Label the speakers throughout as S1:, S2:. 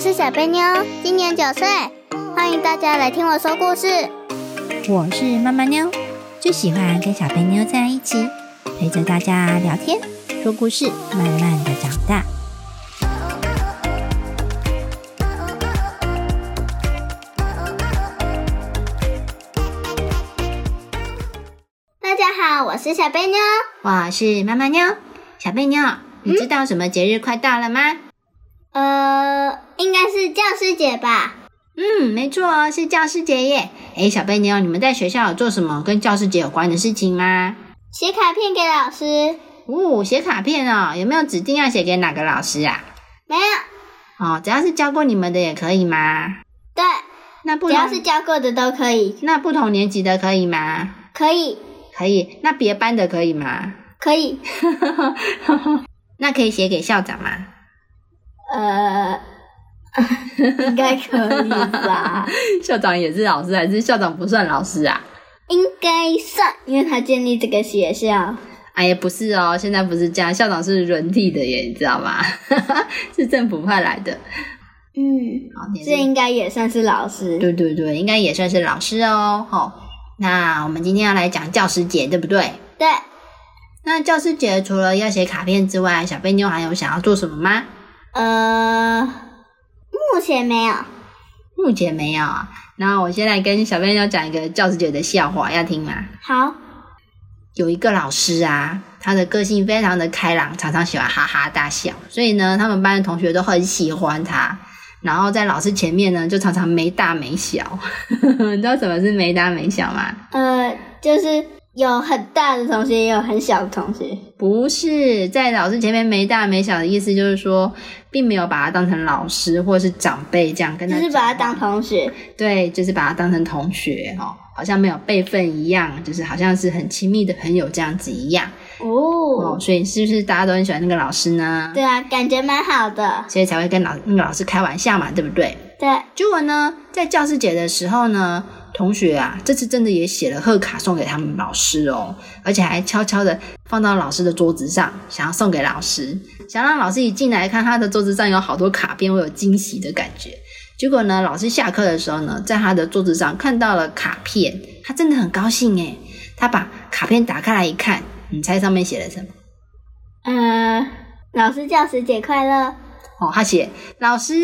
S1: 是小贝妞，今年九岁，欢迎大家来听我说故事。
S2: 我是妈妈妞，最喜欢跟小贝妞在一起，陪着大家聊天、说故事，慢慢的长大。
S1: 大家好，我是小贝妞。
S2: 我是妈妈妞，小贝妞，你知道什么节日快到了吗？
S1: 呃，应该是教师节吧？
S2: 嗯，没错哦，是教师节耶。哎，小贝妞，你们在学校有做什么跟教师节有关的事情吗？
S1: 写卡片给老师？
S2: 哦，写卡片哦，有没有指定要写给哪个老师啊？
S1: 没有，
S2: 哦，只要是教过你们的也可以吗？
S1: 对，
S2: 那不
S1: 只
S2: 同
S1: 要是教过的都可以，
S2: 那不同年级的可以吗？
S1: 可以，
S2: 可以。那别班的可以吗？
S1: 可以。
S2: 那可以写给校长吗？
S1: 呃，应该可以吧？
S2: 校长也是老师，还是校长不算老师啊？
S1: 应该算，因为他建立这个学校。
S2: 哎呀，不是哦，现在不是这样，校长是轮替的耶，你知道吗？ 是政府派来的。
S1: 嗯，
S2: 好，你是
S1: 这应该也算是老师。
S2: 对对对，应该也算是老师哦。好、那我们今天要来讲教师节，对不对？
S1: 对，
S2: 那教师节除了要写卡片之外，小贝妞还有想要做什么吗？
S1: 呃，目前没有。
S2: 目前没有啊。那我先来跟小贝妞讲一个教师节的笑话，要听吗？
S1: 好，
S2: 有一个老师啊，他的个性非常的开朗，常常喜欢哈哈大笑，所以呢，他们班的同学都很喜欢他。然后在老师前面呢，就常常没大没小。 你知道什么是没大没小吗？
S1: 呃，就是有很大的同学，也有很小的同学。
S2: 不是，在老师前面没大没小的意思，就是说，并没有把他当成老师或是长辈这样跟
S1: 就
S2: 他，
S1: 是把他当同学。
S2: 对，就是把他当成同学哦，好像没有辈分一样，就是好像是很亲密的朋友这样子一样哦。
S1: 哦，
S2: 所以是不是大家都很喜欢那个老师呢？
S1: 对啊，感觉蛮好的。
S2: 所以才会跟老那个老师开玩笑嘛，对不对？
S1: 对，
S2: 结果呢，在教师节的时候呢，同学啊，这次真的也写了贺卡送给他们老师哦，而且还悄悄的放到老师的桌子上，想要送给老师，想让老师一进来看他的桌子上有好多卡片，会有惊喜的感觉。结果呢，老师下课的时候呢，在他的桌子上看到了卡片，他真的很高兴诶，他把卡片打开来一看，你猜上面写了什么？
S1: 呃，老师教师节快乐。
S2: 哦，他写老师，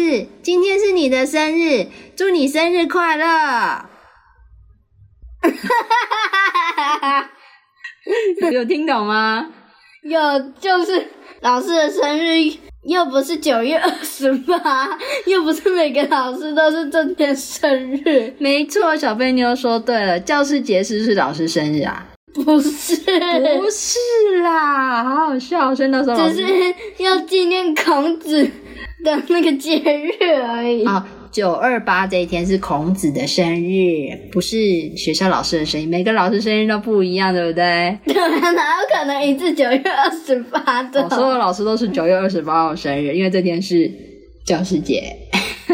S2: 今天是你的生日，祝你生日快乐。 有听懂吗？
S1: 有就是老师的生日，又不是九月二十八， 又不是每个老师都是这天生日，
S2: 没错，小贝妞说对了，教师节是不是老师生日啊？
S1: 不是，
S2: 不是啦，好好笑，所以那时候老
S1: 只
S2: 师
S1: 是要纪念孔子的那个节日而已。
S2: 啊，九二八这一天是孔子的生日，不是学校老师的生日，每个老师生日都不一样，对不对？
S1: 对啊，哪有可能一次九月二十八的？
S2: 我所有老师都是九月二十八号生日，因为这天是教师节。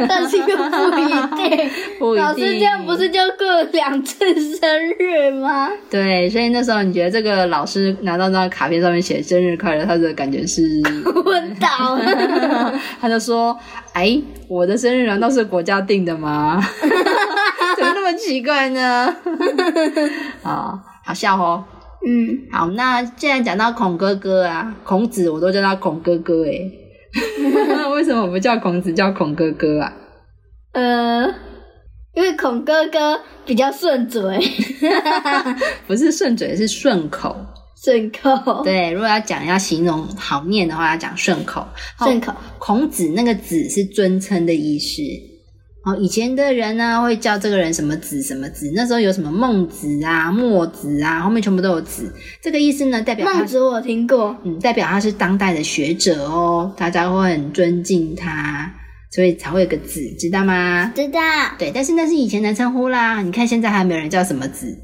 S1: 但是又不一 定。
S2: 不一定
S1: 老师这样不是就过了两次生日吗？
S2: 对，所以那时候你觉得这个老师拿到那张卡片上面写生日快乐，他的感觉是，
S1: 昏倒了，
S2: 他就说：“哎，我的生日难道是国家定的吗？ 怎么那么奇怪呢？” 啊、好笑哦。
S1: 嗯，
S2: 好，那既然讲到孔哥哥啊，孔子我都叫他孔哥哥诶 为什么不叫孔子，叫孔哥哥啊？
S1: 呃，因为孔哥哥比较顺嘴，
S2: 不是顺嘴，是顺口。
S1: 顺口，
S2: 对，如果要讲要形容好念的话，要讲顺口。好
S1: 顺口，
S2: 孔子那个子是尊称的意思。哦，以前的人呢会叫这个人什么子什么子，那时候有什么孟子啊、墨子啊，后面全部都有子。这个意思呢，代表他
S1: 孟子我听过，
S2: 嗯，代表他是当代的学者哦，大家会很尊敬他，所以才会有个子，知道吗？
S1: 知道
S2: 对，但是那是以前的称呼啦。你看现在还没有人叫什么子，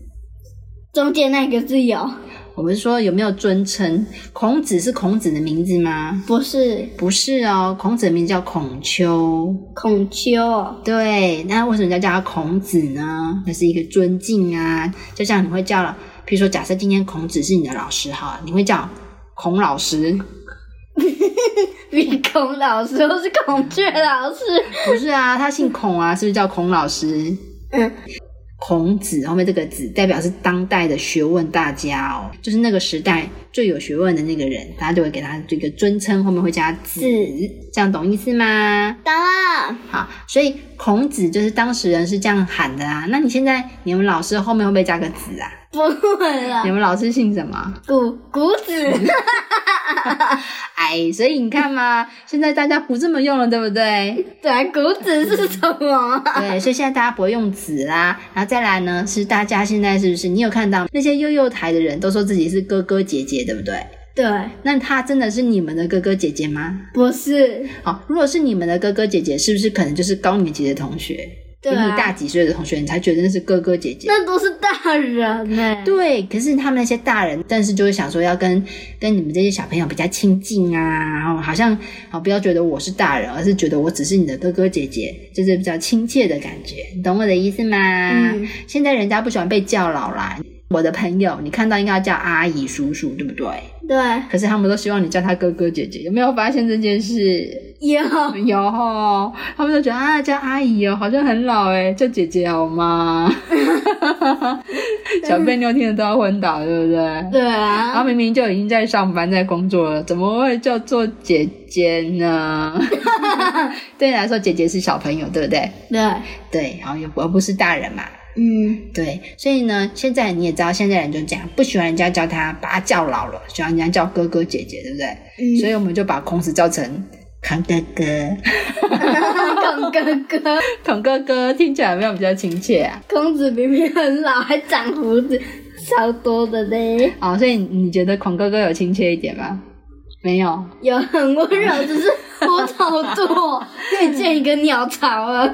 S1: 中间那个字有，
S2: 我们说有没有尊称？孔子是孔子的名字吗？
S1: 不是
S2: 不是哦，孔子的名字叫孔丘。
S1: 孔丘哦，
S2: 对，那为什么要叫他孔子呢？那是一个尊敬啊，就像你会叫，比如说，假设今天孔子是你的老师哈，你会叫孔老师，
S1: 比孔老师或是孔雀老师，
S2: 不是啊，他姓孔啊，是不是叫孔老师？
S1: 嗯，
S2: 孔子后面这个子代表是当代的学问大家哦，就是那个时代最有学问的那个人，大家就会给他这个尊称，后面会加子，这样懂意思吗？
S1: 当然
S2: 好，所以孔子就是当时人是这样喊的啊。那你现在你们老师后面会不会加个子啊？
S1: 不会了
S2: 你，们老师姓什么？
S1: 谷谷子，
S2: 哎，所以你看嘛，现在大家不这么用了，对不对？
S1: 对啊，谷子是什么啊？
S2: 对，所以现在大家不会用子啦，然后再来呢是大家现在是不是？你有看到那些幼幼台的人都说自己是哥哥姐姐，对不对？
S1: 对，
S2: 那他真的是你们的哥哥姐姐吗？
S1: 不是，
S2: 好，如果是你们的哥哥姐姐，是不是可能就是高年级的同学，
S1: 对
S2: 比
S1: 啊
S2: 你大几岁的同学，你才觉得那是哥哥姐姐？
S1: 那都是大人呢、
S2: 对，可是他们那些大人，但是就会想说要跟跟你们这些小朋友比较亲近啊，然后好像哦，不要觉得我是大人，而是觉得我只是你的哥哥姐姐，就是比较亲切的感觉，你懂我的意思吗？
S1: 嗯
S2: 现在人家不喜欢被叫老啦，我的朋友，你看到应该要叫阿姨、叔叔，对不对？
S1: 对，
S2: 可是他们都希望你叫他哥哥姐姐，有没有发现这件事？
S1: 有
S2: 有吼，他们都觉得啊，叫阿姨哦，好像很老哎，叫姐姐好吗？小贝妞听得都要昏倒，对不对？
S1: 对
S2: 然后
S1: 啊，
S2: 明明就已经在上班、在工作了，怎么会叫做姐姐呢？对你来说，姐姐是小朋友，对不对？
S1: 对，
S2: 对，然后也不而不是大人嘛。
S1: 嗯，
S2: 对，所以呢，现在你也知道，现在人就这样，不喜欢人家叫他，把他叫老了，喜欢人家叫哥哥姐姐，对不对？
S1: 嗯
S2: 所以我们就把孔子叫成康哥哥，
S1: 孔哥哥，
S2: 孔哥哥听起来有没有比较亲切啊？
S1: 孔子明明很老，还长胡子，超多的嘞，
S2: 哦，所以你觉得孔哥哥有亲切一点吗？没有，
S1: 有很温柔，只是胡子好多，可以建一个鸟巢啊。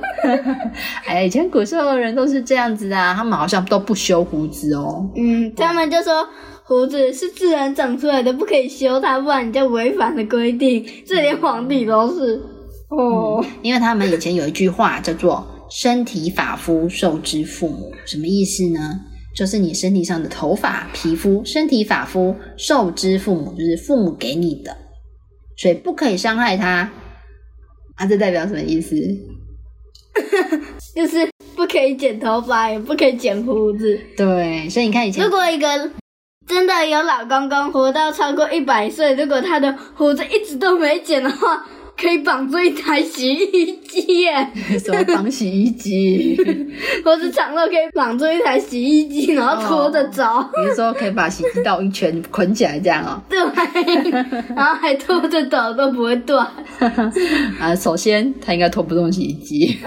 S2: 哎，以前古时候的人都是这样子的、啊，他们好像都不修胡子哦。
S1: 嗯，他们就说胡子是自然长出来的，不可以修它，不然你就违反了规定。这连皇帝都是。哦，
S2: 因为他们以前有一句话叫做“身体发肤受之父母”，什么意思呢？就是你身体上的头发、皮肤，身体发肤受之父母，就是父母给你的，所以不可以伤害他。啊，这代表什么意思？
S1: 就是不可以剪头发，也不可以剪胡子。
S2: 对，所以你看以前
S1: 如果一个真的有老公公活到超过一百岁，如果他的胡子一直都没剪的话，可以绑住一台洗衣机耶，
S2: 什么绑洗衣机，比
S1: 胡子长了可以绑住一台洗衣机，然后拖着走。
S2: 如说可以把洗衣机倒一圈捆起来这样哦。
S1: 对， 然后还拖着走都不会断，
S2: 啊，首先他应该拖不动洗衣 机。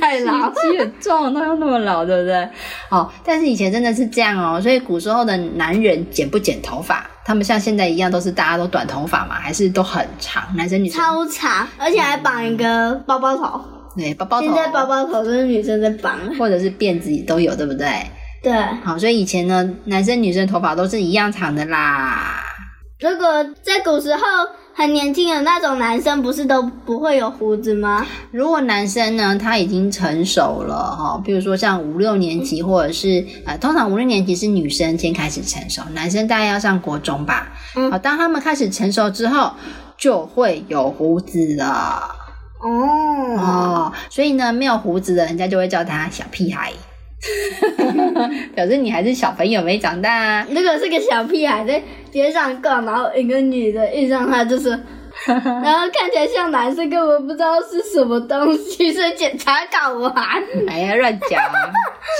S1: 太老。
S2: 机很重，那又那么老，对不对？哦，但是以前真的是这样哦，所以古时候的男人剪不剪头发，他们像现在一样都是大家都短头发嘛，还是都很长，男生女生
S1: 超长，而且还绑一个包包头。
S2: 对包包头，
S1: 现在包包头都是女生在绑。
S2: 或者是辫子都有，对不对？
S1: 对，
S2: 好，所以以前呢，男生女生头发都是一样长的啦。
S1: 如果在古时候很年轻的那种男生，不是都不会有胡子吗？
S2: 如果男生呢，他已经成熟了哈、比如说像五六年级，
S1: 嗯
S2: 或者是呃，通常五六年级是女生先开始成熟，男生大概要上国中吧。
S1: 嗯
S2: 好、当他们开始成熟之后，就会有胡子了
S1: 哦，
S2: 哦。所以呢，没有胡子的人家就会叫他小屁孩， 表示你还是小朋友没长大、啊。
S1: 如果是个小屁孩在街上逛，然后一个女的遇上他， 就是，然后看起来像男生，根本不知道是什么东西，所以检查搞完。
S2: 哎呀，乱讲，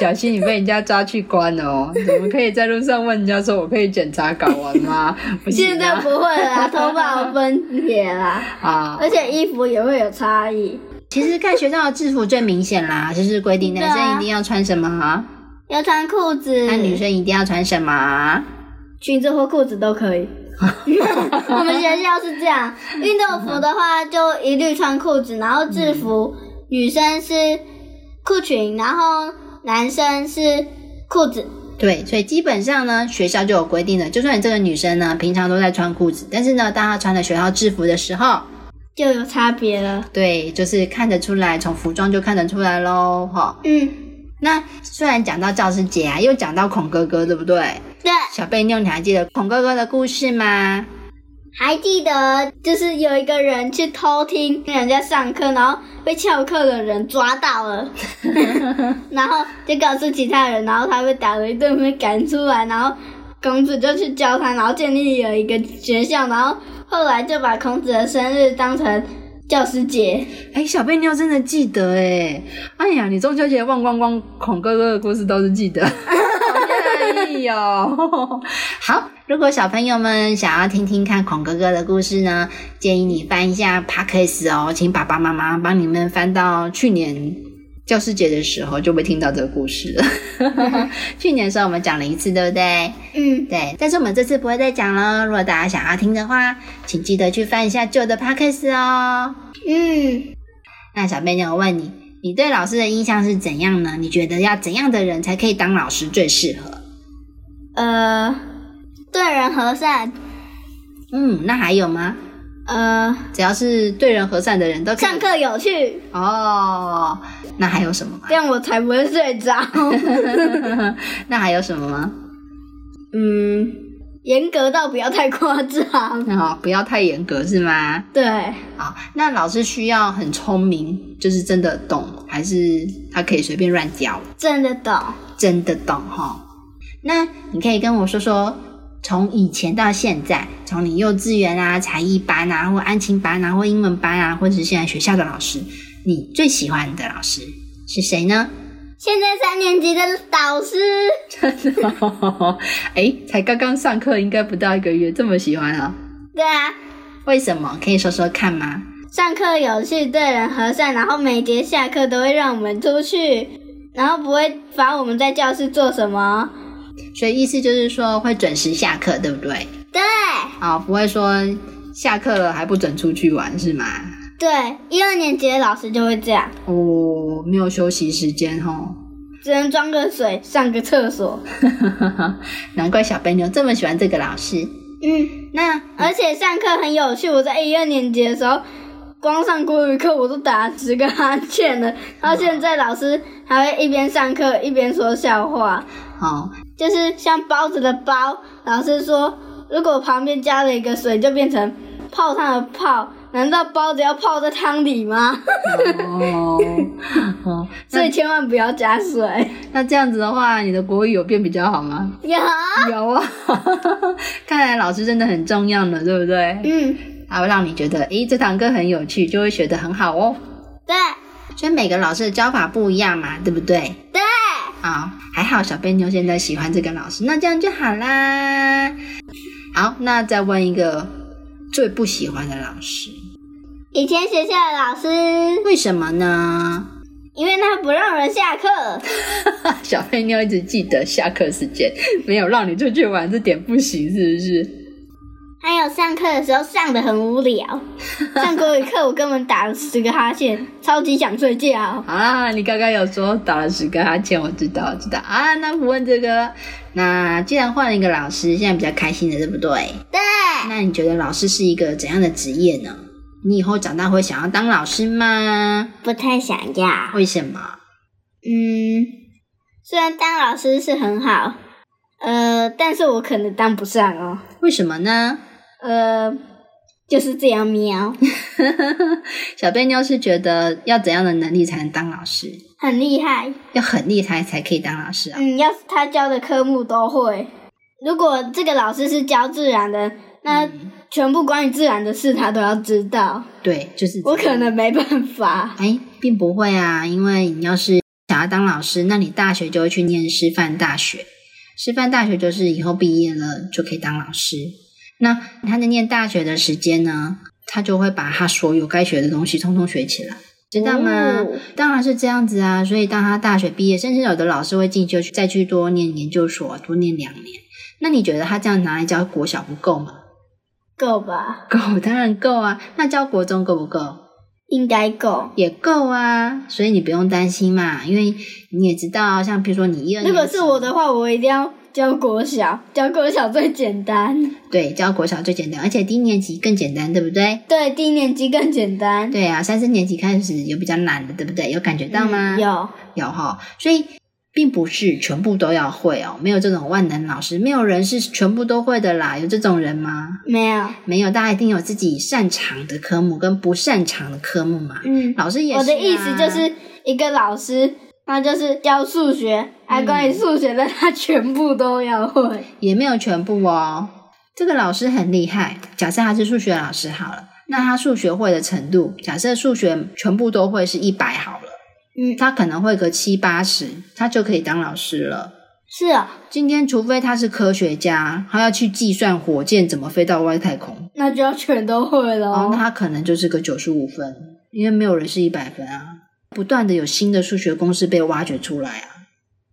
S2: 小心你被人家抓去关哦！怎么可以在路上问人家说我可以检查睾丸吗？不行啊
S1: 现在不会啦，头发有分别 啦，
S2: 啊，
S1: 而且衣服也会有差异，
S2: 其实看学校的制服最明显啦，就是规定
S1: 对
S2: 男
S1: 啊
S2: 生一定要穿什么，
S1: 要穿裤子。
S2: 那女生一定要穿什么。
S1: 裙子或裤子都可以。我们学校是这样，运动服的话就一律穿裤子，然后制服、女生是裤裙，然后男生是裤子。
S2: 对，所以基本上呢，学校就有规定的，就算你这个女生呢，平常都在穿裤子，但是呢，当她穿了学校制服的时候，
S1: 就有差别了。
S2: 对，就是看得出来，从服装就看得出来喽，哈。
S1: 嗯，
S2: 那虽然讲到教师节啊，又讲到孔哥哥，对不对？
S1: 对，
S2: 小贝妞，你还记得孔哥哥的故事吗？
S1: 还记得就是有一个人去偷听人家上课，然后被翘课的人抓到 了，然后就告诉其他人，然后他被打了一顿，被赶出来，然后孔子就去教他，然后建立有一个学校，然后后来就把孔子的生日当成教师节。
S2: 哎，小贝妞真的记得哎！哎呀，你中秋节忘光光，孔哥哥的故事都是记得，好愿意哦。 好，如果小朋友们想要听听看孔哥哥的故事呢，建议你翻一下 p a c k e s 哦，请爸爸妈妈帮你们翻到去年教师节的时候就会听到这个故事 了。去年的时候我们讲了一次，对不对？
S1: 嗯，
S2: 对，但是我们这次不会再讲了。如果大家想要听的话，请记得去翻一下旧的 p a c k e s 哦。
S1: 嗯，
S2: 那小贝妞，我问你，你对老师的印象是怎样呢？你觉得要怎样的人才可以当老师最适合？
S1: 呃，对人和善，
S2: 嗯，那还有吗？
S1: 呃，
S2: 只要是对人和善的人都可以
S1: 上课有趣，
S2: 哦。那还有什么吗
S1: 这样我才不会睡着。
S2: 那还有什么吗？
S1: 嗯，严格到不要太夸张。
S2: 哦，不要太严格是吗？
S1: 对，
S2: 好，那老师需要很聪明，就是真的懂，还是他可以随便乱教？
S1: 真的懂。
S2: 真的懂哈。那你可以跟我说说，从以前到现在，从你幼稚园啊、才艺班啊，或安亲班啊，或英文班啊，或者是现在学校的老师，你最喜欢的老师是谁呢？
S1: 现在三年级的导师，
S2: 哎，才刚刚上课，应该不到一个月，这么喜欢啊？
S1: 对啊，
S2: 为什么？可以说说看吗？
S1: 上课有趣，对人和善，然后每节下课都会让我们出去，然后不会罚我们在教室做什么。
S2: 所以意思就是说会准时下课，对不对？
S1: 对
S2: 哦，不会说下课了还不准出去玩是吗？
S1: 对，一二年级的老师就会这样，
S2: 哦，没有休息时间哦。
S1: 只能装个水，上个厕所。
S2: 难怪小笨牛这么喜欢这个老师。
S1: 嗯，
S2: 那
S1: 而且上课很有趣。我在一二年级的时候，光上国语课我都打了十个哈欠了，然后现在老师还会一边上课一边说笑话。
S2: 哦，
S1: 就是像包子的包，老师说如果旁边加了一个水，就变成泡汤的泡。难道包子要泡在汤里 吗？
S2: 哦，哦，
S1: 所以千万不要加水。
S2: 那这样子的话，你的国语有变比较好吗？
S1: 有，
S2: 有啊， 看来老师真的很重要呢，对不对？
S1: 嗯，
S2: 他会让你觉得，诶，这堂课很有趣，就会学得很好哦。
S1: 对
S2: 所以每个老师的教法不一样嘛，对不对？
S1: 对，
S2: 啊、还好小贝妞现在喜欢这个老师，那这样就好啦。好，那再问一个最不喜欢的老师，
S1: 以前学校的老师，
S2: 为什么呢？
S1: 因为他不让人下课，
S2: 小飞妞一直记得下课时间， 没有让你出去玩，这点不行，是不是？
S1: 还有上课的时候上的很无 聊。上国语课我根本打了十个哈欠，超级想睡觉。
S2: 啊，你刚刚有说打了十个哈欠，我知道，我知道啊。那不问这个，那既然换了一个老师，现在比较开心的，对不对？
S1: 对，
S2: 那你觉得老师是一个怎样的职业呢？你以后长大会想要当老师吗？
S1: 不太想要。
S2: 为什么？
S1: 嗯，虽然当老师是很好，呃，但是我可能当不上哦。
S2: 为什么呢？
S1: 呃，就是这样 喵，
S2: 小贝妞是觉得要怎样的能力才能当老师？
S1: 很厉害。
S2: 要很厉害才可以当老师啊？
S1: 嗯，要是他教的科目都会。如果这个老师是教自然的，那全部关于自然的事他都要知道。
S2: 对，就是
S1: 我
S2: 这样
S1: 可能没办法。
S2: 哎，并不会啊，因为你要是想要当老师，那你大学就会去念师范大学。师范大学就是以后毕业了就可以当老师。那他在念大学的时间呢，他就会把他所有该学的东西通通学起来，知道吗？
S1: 哦
S2: 当然是这样子啊。所以当他大学毕业，甚至有的老师会进修去再去多念研究所，多念两年。那你觉得他这样拿来教国小不够吗？
S1: 够吧？
S2: 够，当然够啊。那教国中够不够？
S1: 应该够。
S2: 也够啊，所以你不用担心嘛，因为你也知道，像比如说你一二年级，
S1: 如果是我的话，我一定要教国小，教国小最简 单。
S2: 对教国小最简单，而且低年级更简单，对不对？
S1: 对，低年级更简单。嗯
S2: 对啊，三四年级开始有比较难的，对不对？有感觉到吗？
S1: 嗯有。
S2: 有哈，所以并不是全部都要会哦，没有这种万能老师，没有人是全部都会的啦。有这种人吗？
S1: 没有，
S2: 没有，大家一定有自己擅长的科目跟不擅长的科目嘛。
S1: 嗯，
S2: 老师也是、啊，
S1: 我的意思就是一个老师，他就是教数学，啊，关于数学的他全部都要会。
S2: 也没有全部哦。这个老师很厉害，假设他是数学老师好了，那他数学会的程度，假设数学全部都会是一百好了，
S1: 嗯
S2: 他可能会个七八十，他就可以当老师了。
S1: 是哦，
S2: 今天除非他是科学家，他要去计算火箭怎么飞到外太空，
S1: 那就要全都会了、
S2: 然后他可能就是个九十五分，因为没有人是一百分啊。不断的有新的数学公式被挖掘出来啊，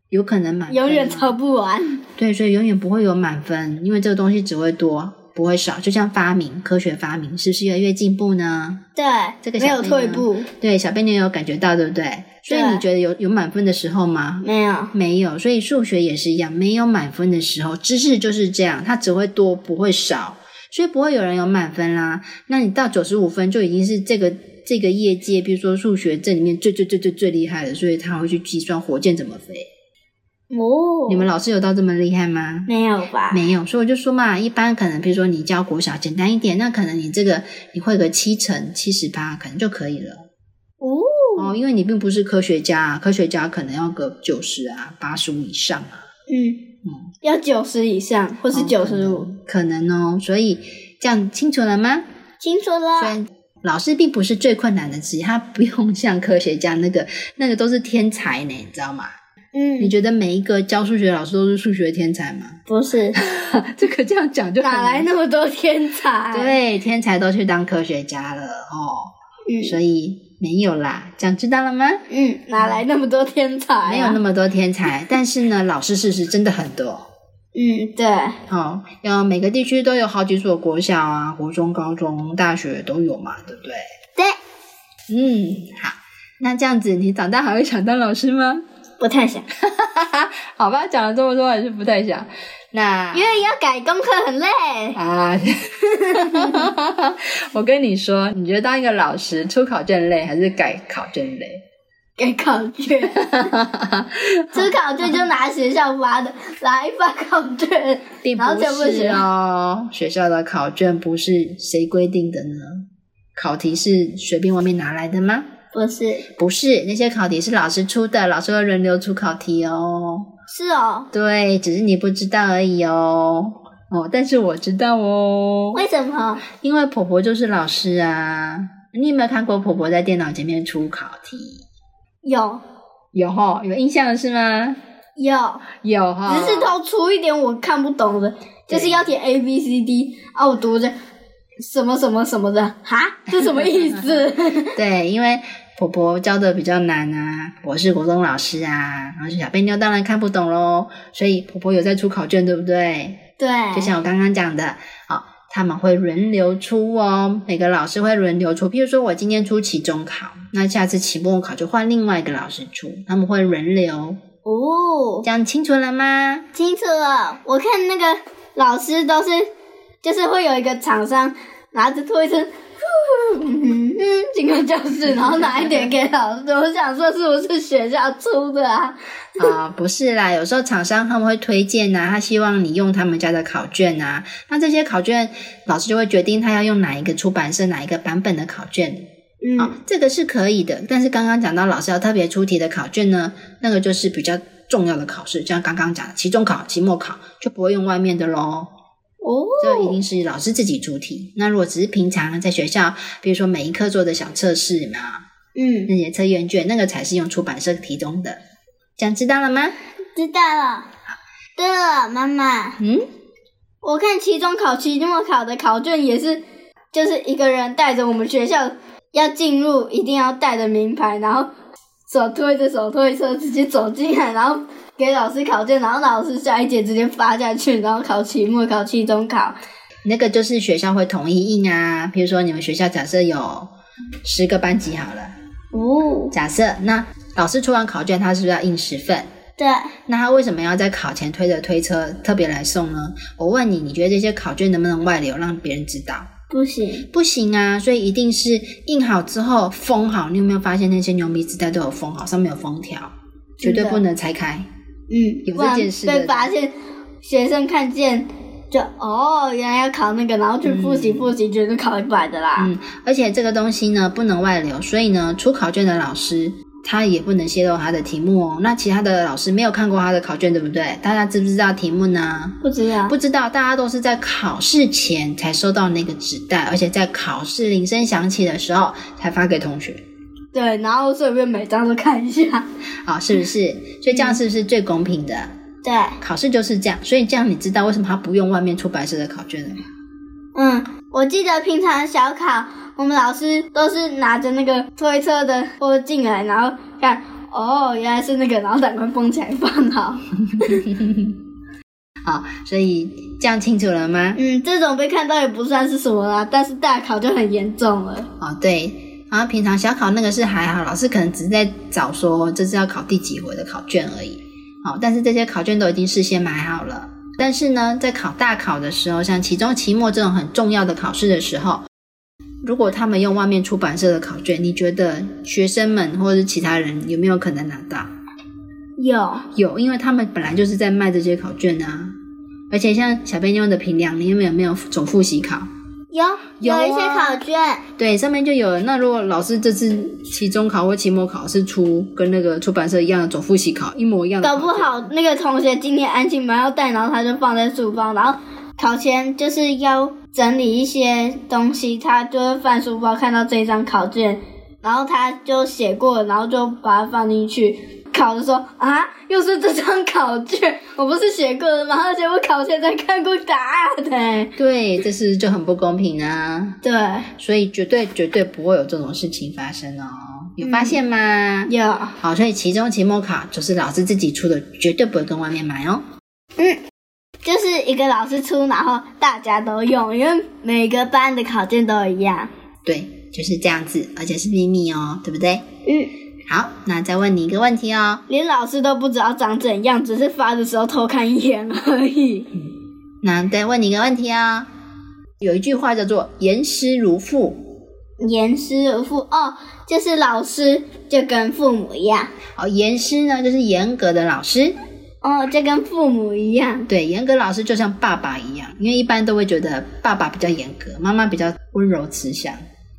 S2: 有可能满分啊
S1: 永远
S2: 吗
S1: 抄不完。
S2: 对，所以永远不会有满分，因为这个东西只会多不会少。就像发明，科学发明是不是越来越进步呢？
S1: 对，
S2: 这个
S1: 没有
S2: 小朋
S1: 退
S2: 友
S1: 步，
S2: 对，小编你有感觉到对不对？所以
S1: 对
S2: 你觉得有有满分的时候吗？
S1: 没有，
S2: 没有，所以数学也是一样，没有满分的时候，知识就是这样，它只会多不会少，所以不会有人有满分啦。那你到九十五分就已经是这个这个业界，比如说数学这里面最最最最最厉害的，所以他会去计算火箭怎么飞。
S1: 哦，
S2: 你们老师有到这么厉害吗？
S1: 没有吧？
S2: 没有，所以我就说嘛，一般可能比如说你教国小简单一点，那可能你这个你会个七成、七十八可能就可以了
S1: 哦，
S2: 哦，因为你并不是科学家啊，科学家可能要个九十啊、八十五以上啊，
S1: 嗯，要九十以上，或是
S2: 哦
S1: 九十五，
S2: 可能哦，所以这样清楚了吗？
S1: 清楚
S2: 虽
S1: 了。
S2: 然老师并不是最困难的职业，他不用像科学家那个那个都是天才呢，你知道吗？你
S1: 嗯，
S2: 觉得每一个教数学老师都是数学天才吗？
S1: 不是，
S2: 这个这样讲就很
S1: 哪来
S2: 难
S1: 那么多天才？，
S2: 对，天才都去当科学家了哦。所以没有啦，这样知道了吗？
S1: 嗯嗯，哪来那么多天才啊？
S2: 没有那么多天才， 但是呢，老师事实真的很多
S1: 嗯，对，
S2: 哦。要每个地区都有好几所国小啊，国中、高中、大学都有嘛，对不对？
S1: 对，
S2: 嗯，好，那这样子你长大还会想当老师吗？
S1: 不太想，
S2: 好吧，讲了这么多还是不太想。那
S1: 因为要改功课很累。
S2: 啊， 我跟你说，你觉得当一个老师出考卷累还是改考卷累？
S1: 改考卷， 出考卷就拿学校发的，来发考卷，
S2: 并
S1: 然后全部
S2: 不是
S1: 写
S2: 哦，学校的考卷不是谁规定的呢？考题是随便外面拿来的吗？
S1: 不是，
S2: 不是，那些考题是老师出的，老师会轮流出考题哦。
S1: 是哦，
S2: 对，只是你不知道而已哦。哦，但是我知道哦，
S1: 为什么？
S2: 因为婆婆就是老师啊。你有没有看过婆婆在电脑前面出考题？
S1: 有
S2: 有哈、有印象是吗？
S1: 有，
S2: 有哈、
S1: 只是都出一点我看不懂的，就是要填 A B C D 啊，我读着什么什么什么的，哈，这什么意 思？
S2: 对，因为婆婆教的比较难啊，我是国中老师啊，然后小贝妞当然看不懂喽，所以婆婆有在出考卷，对不对？
S1: 对，
S2: 就像我刚刚讲的，好、他们会轮流出哦，每个老师会轮流出。譬如说我今天出期中考，那下次期末考就换另外一个老师出，他们会轮流。
S1: 哦
S2: 这，样清楚了吗？
S1: 清楚了。我看那个老师都是，就是会有一个厂商拿着拖一声，呼嗯嗯，进个教室，然后拿一点给老师。我想说，是不是学校出的啊？
S2: 啊、不是啦，有时候厂商他们会推荐呐、他希望你用他们家的考卷呐、那这些考卷老师就会决定他要用哪一个出版社哪一个版本的考卷啊、
S1: 嗯，
S2: 这个是可以的。但是刚刚讲到老师要特别出题的考卷呢，那个就是比较重要的考试，像刚刚讲的期中考、期末考就不会用外面的喽。
S1: 哦，
S2: 这一定是老师自己出题。那如果只是平常在学校，比如说每一科做的小测试嘛，
S1: 嗯，
S2: 那些测验卷，那个才是用出版社提供的。这样知道了吗？
S1: 知道了。对了，妈妈，
S2: 嗯。
S1: 我看期中考、期末考的考卷也是，就是一个人带着我们学校要进入，一定要带的名牌，然后手推着手推车直接走进来，然后给老师考卷，然后老师下一节直接发下去，然后考期末、考期中考。
S2: 那个就是学校会统一印啊，比如说你们学校假设有十个班级好了，
S1: 哦，
S2: 假设那老师出完考卷，他是不是要印十份？
S1: 对，
S2: 那他为什么要在考前推着推车特别来送呢？我问你，你觉得这些考卷能不能外流让别人知道？
S1: 不行，
S2: 不行啊，所以一定是印好之后封好。你有没有发现那些牛皮纸袋都有封好，上面有封条，绝对
S1: 真的
S2: 不能拆开。
S1: 嗯，
S2: 有
S1: 不
S2: 这
S1: 然
S2: 件事
S1: 被
S2: 的
S1: 发现，学生看见就哦，原来要考那个，然后去复习复习，绝对考一百的啦。
S2: 嗯，而且这个东西呢不能外流，所以呢，出考卷的老师他也不能泄露他的题目哦。那其他的老师没有看过他的考卷，对不对？大家知不知道题目呢？
S1: 不知道
S2: 不知道，大家都是在考试前才收到那个纸袋，而且在考试铃声响起的时候才发给同学。
S1: 对，然后顺便每张都看一下。
S2: 好、是不是？所以这样是不是最公平的？
S1: 对，
S2: 考试就是这样，所以这样你知道为什么他不用外面出白色的考卷了吗？
S1: 嗯，我记得平常小考，我们老师都是拿着那个推车的拖进来，然后看哦，原来是那个，然后赶快封起来放好。
S2: 好、所以这样清楚了吗？
S1: 嗯，这种被看到也不算是什么啦，但是大考就很严重了。
S2: 哦，对，然后平常小考那个是还好，老师可能只是在找说这是要考第几回的考卷而已。哦，但是这些考卷都已经事先买好了。但是呢，在考大考的时候，像期中、期末这种很重要的考试的时候，如果他们用外面出版社的考卷，你觉得学生们或者是其他人有没有可能拿到？
S1: 有，
S2: 有，因为他们本来就是在卖这些考卷啊。而且像小贝妞的评量，你有没有没有总复习考？
S1: 有
S2: 有啊
S1: 一些考卷，
S2: 对，上面就有。那如果老师这次期中考或期末考是出跟那个出版社一样的总复习考一模一样的
S1: 搞
S2: 考卷，
S1: 不好那个同学今天安静没有带，然后他就放在书包，然后考前就是要整理一些东西，他就会翻书包看到这张考卷，然后他就写过，然后就把它放进去。考的时候啊，又是这张考卷，我不是写过的吗？而且我考前才看过答案的、
S2: 对，这是就很不公平啊！
S1: 对，
S2: 所以绝对绝对不会有这种事情发生哦，有发现吗？
S1: 有
S2: 好，所以期中、期末考就是老师自己出的，绝对不会跟外面买哦。
S1: 就是一个老师出，然后大家都用，因为每个班的考卷都一样。
S2: 对，就是这样子，而且是秘密哦，对不对？
S1: 嗯。
S2: 好，那再问你一个问题哦。
S1: 连老师都不知道长怎样，只是发的时候偷看一眼而已。
S2: 那再问你一个问题哦。有一句话叫做“严师如父”，
S1: 严师而父哦，就是老师就跟父母一样，
S2: 哦，严师呢就是严格的老师，
S1: 哦，就跟父母一样，
S2: 对，严格老师就像爸爸一样，因为一般都会觉得爸爸比较严格，妈妈比较温柔慈祥。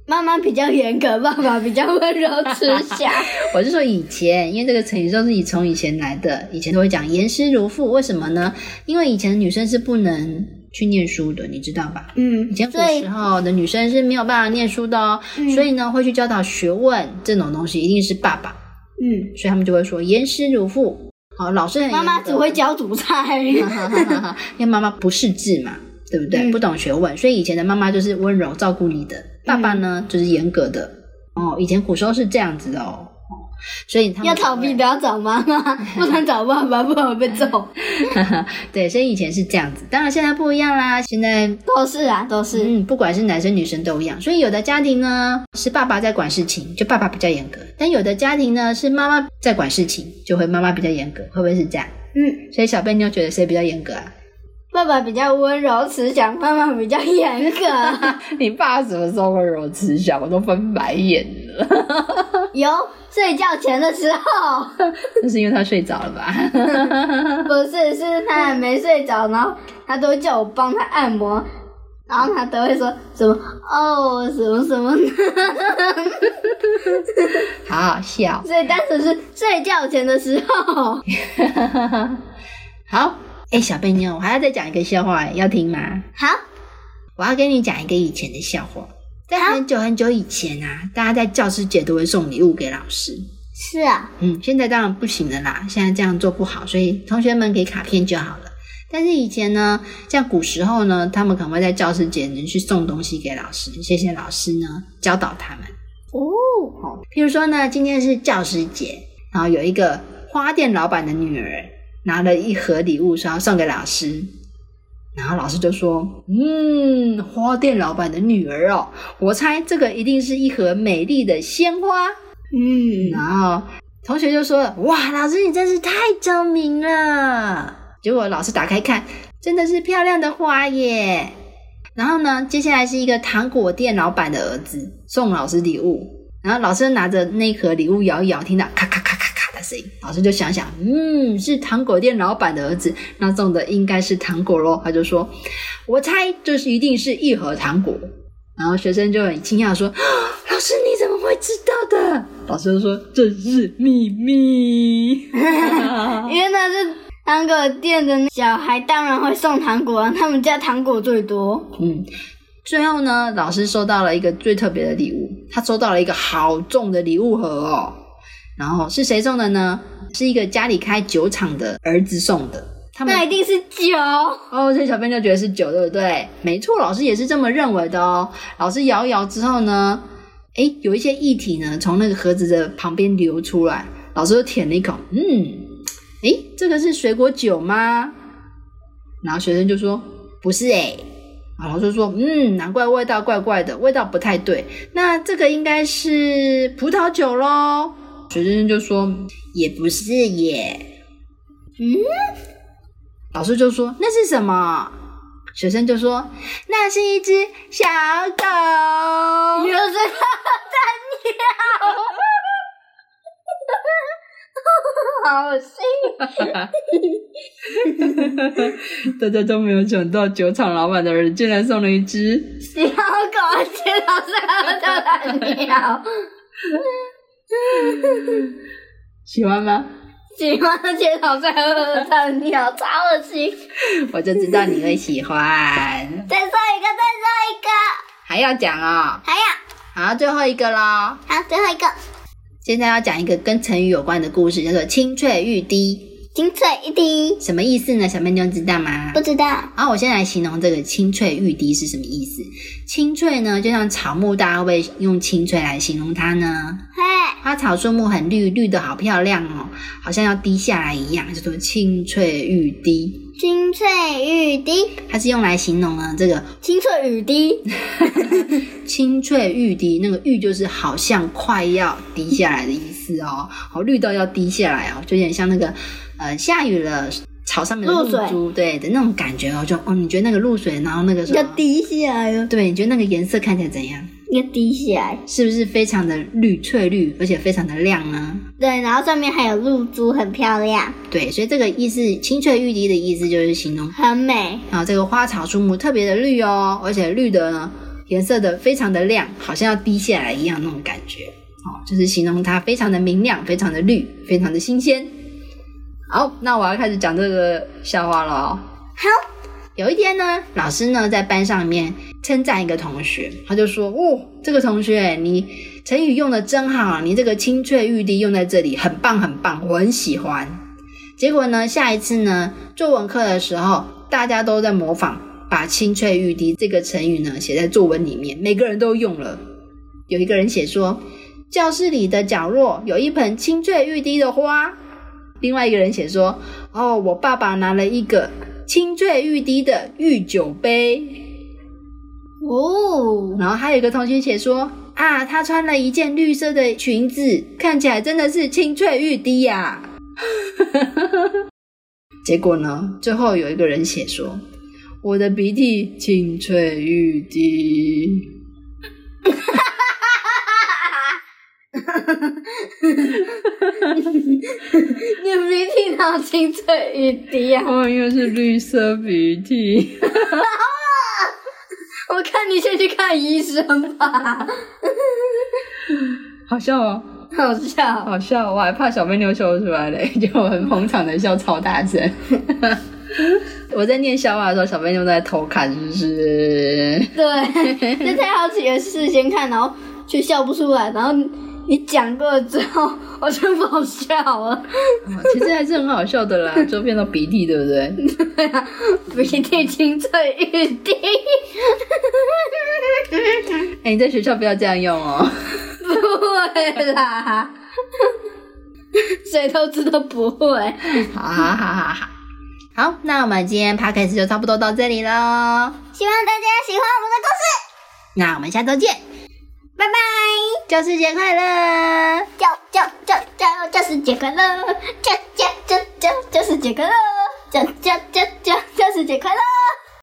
S1: 妈妈比较严格，爸爸比较温柔慈祥。
S2: 我是说以前，因为这个成语都是以从以前来的，以前都会讲严师如父，为什么呢？因为以前的女生是不能去念书的，你知道吧？
S1: 嗯
S2: 以前，古
S1: 所以
S2: 时候的女生是没有办法念书的哦，
S1: 嗯
S2: 所以呢，会去教导学问这种东西，一定是爸爸，
S1: 嗯，
S2: 所以他们就会说严师如父。好，老师很
S1: 妈妈
S2: 严格
S1: 只会教煮菜。
S2: 哈哈哈哈， 因为妈妈不识字嘛，对不对？
S1: 嗯
S2: 不懂学问，所以以前的妈妈就是温柔照顾你的，爸爸呢、就是严格的。哦，以前古时候是这样子的哦，哦所以他 们
S1: 要逃避
S2: 才会
S1: 不要找妈妈，不能找爸爸，不然会被揍。
S2: 对，所以以前是这样子，当然现在不一样啦，现在。
S1: 都是啊，都是。
S2: 嗯，不管是男生女生都一样，所以有的家庭呢是爸爸在管事情，就爸爸比较严格；但有的家庭呢是妈妈在管事情，就会妈妈比较严格，会不会是这样？
S1: 嗯，
S2: 所以小贝妞觉得谁比较严格啊？
S1: 爸爸比较温柔慈祥，妈妈比较严格。
S2: 你爸什么时候温柔慈祥？我都翻白眼了，
S1: 有睡觉前的时候。
S2: 那是因为他睡着了吧？
S1: 不是，是他还没睡着，然后他都会叫我帮他按摩，然后他都会说什么哦什么什么，
S2: 好好笑。
S1: 所以当时是睡觉前的时候。
S2: 好，哎、小贝妞，我还要再讲一个笑话、要听吗？
S1: 好，
S2: 我要跟你讲一个以前的笑话。在很久很久以前啊，大家在教师节都会送礼物给老师。
S1: 是啊，
S2: 嗯，现在当然不行了啦，现在这样做不好，所以同学们给卡片就好了。但是以前呢，像古时候呢，他们可能会在教师节呢去送东西给老师，谢谢老师呢教导他们。
S1: 哦，
S2: 譬如说呢，今天是教师节，然后有一个花店老板的女儿拿了一盒礼物，说要送给老师。然后老师就说：“嗯，花店老板的女儿哦，我猜这个一定是一盒美丽的鲜花。”
S1: 嗯，
S2: 然后同学就说了：“哇，老师你真是太聪明了！”结果老师打开看，真的是漂亮的花耶。然后呢，接下来是一个糖果店老板的儿子送老师礼物，然后老师就拿着那盒礼物摇一摇，听到咔咔咔咔咔的谁？老师就想想，嗯，是糖果店老板的儿子，那送的应该是糖果咯。他就说，我猜这是一定是一盒糖果。然后学生就很惊讶说：“啊老师你怎么会知道的？”老师就说：“这是秘密。
S1: 因为那是糖果店的小孩，当然会送糖果啊，他们家糖果最多。”
S2: 嗯，最后呢，老师收到了一个最特别的礼物，他收到了一个好重的礼物盒哦。然后是谁送的呢？是一个家里开酒厂的儿子送的。他们
S1: 那一定是酒，
S2: 哦，所以小编就觉得是酒，对不对？没错，老师也是这么认为的哦。老师摇一摇之后呢，诶，有一些液体呢从那个盒子的旁边流出来，老师就舔了一口，嗯，诶，这个是水果酒吗？然后学生就说不是诶。然后老师说，嗯，难怪味道怪怪的，味道不太对。那这个应该是葡萄酒喽。学生就说也不是耶，嗯老师就说：“那是什么？”学生就说：“那是一只小狗。
S1: 有这个 在尿，好心。”
S2: 大家都没有想到，酒厂老板的人竟然送了一只。
S1: 小狗，而且老师还要叫它尿，
S2: 喜欢吗？
S1: 喜欢而且老师还要叫它尿，超恶心！
S2: 我就知道你会喜欢。
S1: 再说一个，再说一个，
S2: 还要讲哦，
S1: 还有，
S2: 好，最后一个喽。
S1: 好，最后一个，
S2: 现在要讲一个跟成语有关的故事，叫做“青翠欲滴
S1: 精粹一滴”，，
S2: 什么意思呢？小妹妞知道吗？
S1: 不知道，
S2: 然后我先来形容这个青翠欲滴是什么意思。青翠呢，就像草木，大家会不会用青翠来形容它呢？
S1: 嘿，
S2: 花草树木很绿，绿的好漂亮哦，好像要滴下来一样，叫做青翠欲滴。
S1: 精粹雨滴，
S2: 它是用来形容呢这个
S1: 清脆雨滴，
S2: 青翠欲滴，那个欲就是好像快要滴下来的意思哦，好绿到要滴下来哦，就有点像那个呃下雨了。草上面的露
S1: 露水
S2: 珠，对的那种感觉哦，就哦，你觉得那个露水，然后那个什
S1: 要
S2: 么，
S1: 滴下来了，
S2: 对，你觉得那个颜色看起来怎样？
S1: 要滴下来，
S2: 是不是非常的绿翠绿，而且非常的亮呢？
S1: 对，然后上面还有露珠，很漂亮，
S2: 对，所以这个意思，青翠欲滴的意思就是形容
S1: 很美，
S2: 啊，这个花草树木特别的绿哦，而且绿的呢颜色的非常的亮，好像要滴下来一样那种感觉哦，就是形容它非常的明亮，非常的绿，非常的新鲜。好，那我要开始讲这个笑话了哦。
S1: 好，
S2: 有一天呢，老师呢在班上面称赞一个同学，他就说：“哦，这个同学你成语用的真好，啊你这个青翠欲滴用在这里，很棒很棒，我很喜欢。”结果呢，下一次呢作文课的时候，大家都在模仿把“青翠欲滴”这个成语呢写在作文里面，每个人都用了。有一个人写说：“教室里的角落有一盆青翠欲滴的花。”另外一个人写说：“哦，我爸爸拿了一个青翠欲滴的御酒杯。
S1: 哦，
S2: 然后还有一个同学写说：“啊，她穿了一件绿色的裙子，看起来真的是青翠欲滴呀、 结果呢，最后有一个人写说：“我的鼻涕青翠欲滴。”
S1: 你的鼻涕哪有清脆雨滴啊？
S2: 哦，又是绿色鼻涕。
S1: 我看你先去看医生吧，
S2: 好笑哦，
S1: 好笑。
S2: 好笑！哦我还怕小妹妞笑出来嘞， 就很捧场的笑超大 声。我在念笑话的时候，小妹妞都在偷看，是不是？
S1: 对，就太好奇的事先看，然后却笑不出来，然后你讲过了之后，我就不好笑了，
S2: 哦其实还是很好笑的啦，就变到鼻涕，对不对？
S1: 鼻涕清脆欲滴，
S2: 哎、你在学校不要这样用哦。
S1: 不会啦，谁都知道不会。
S2: 好好好好好。好，那我们今天 podcast 就差不多到这里喽。
S1: 希望大家喜欢我们的故事，
S2: 那我们下周见，
S1: 拜拜！
S2: 教师节快乐！
S1: 教教教教教师节快乐，教教教教教师节快乐，教教教教教师节快乐。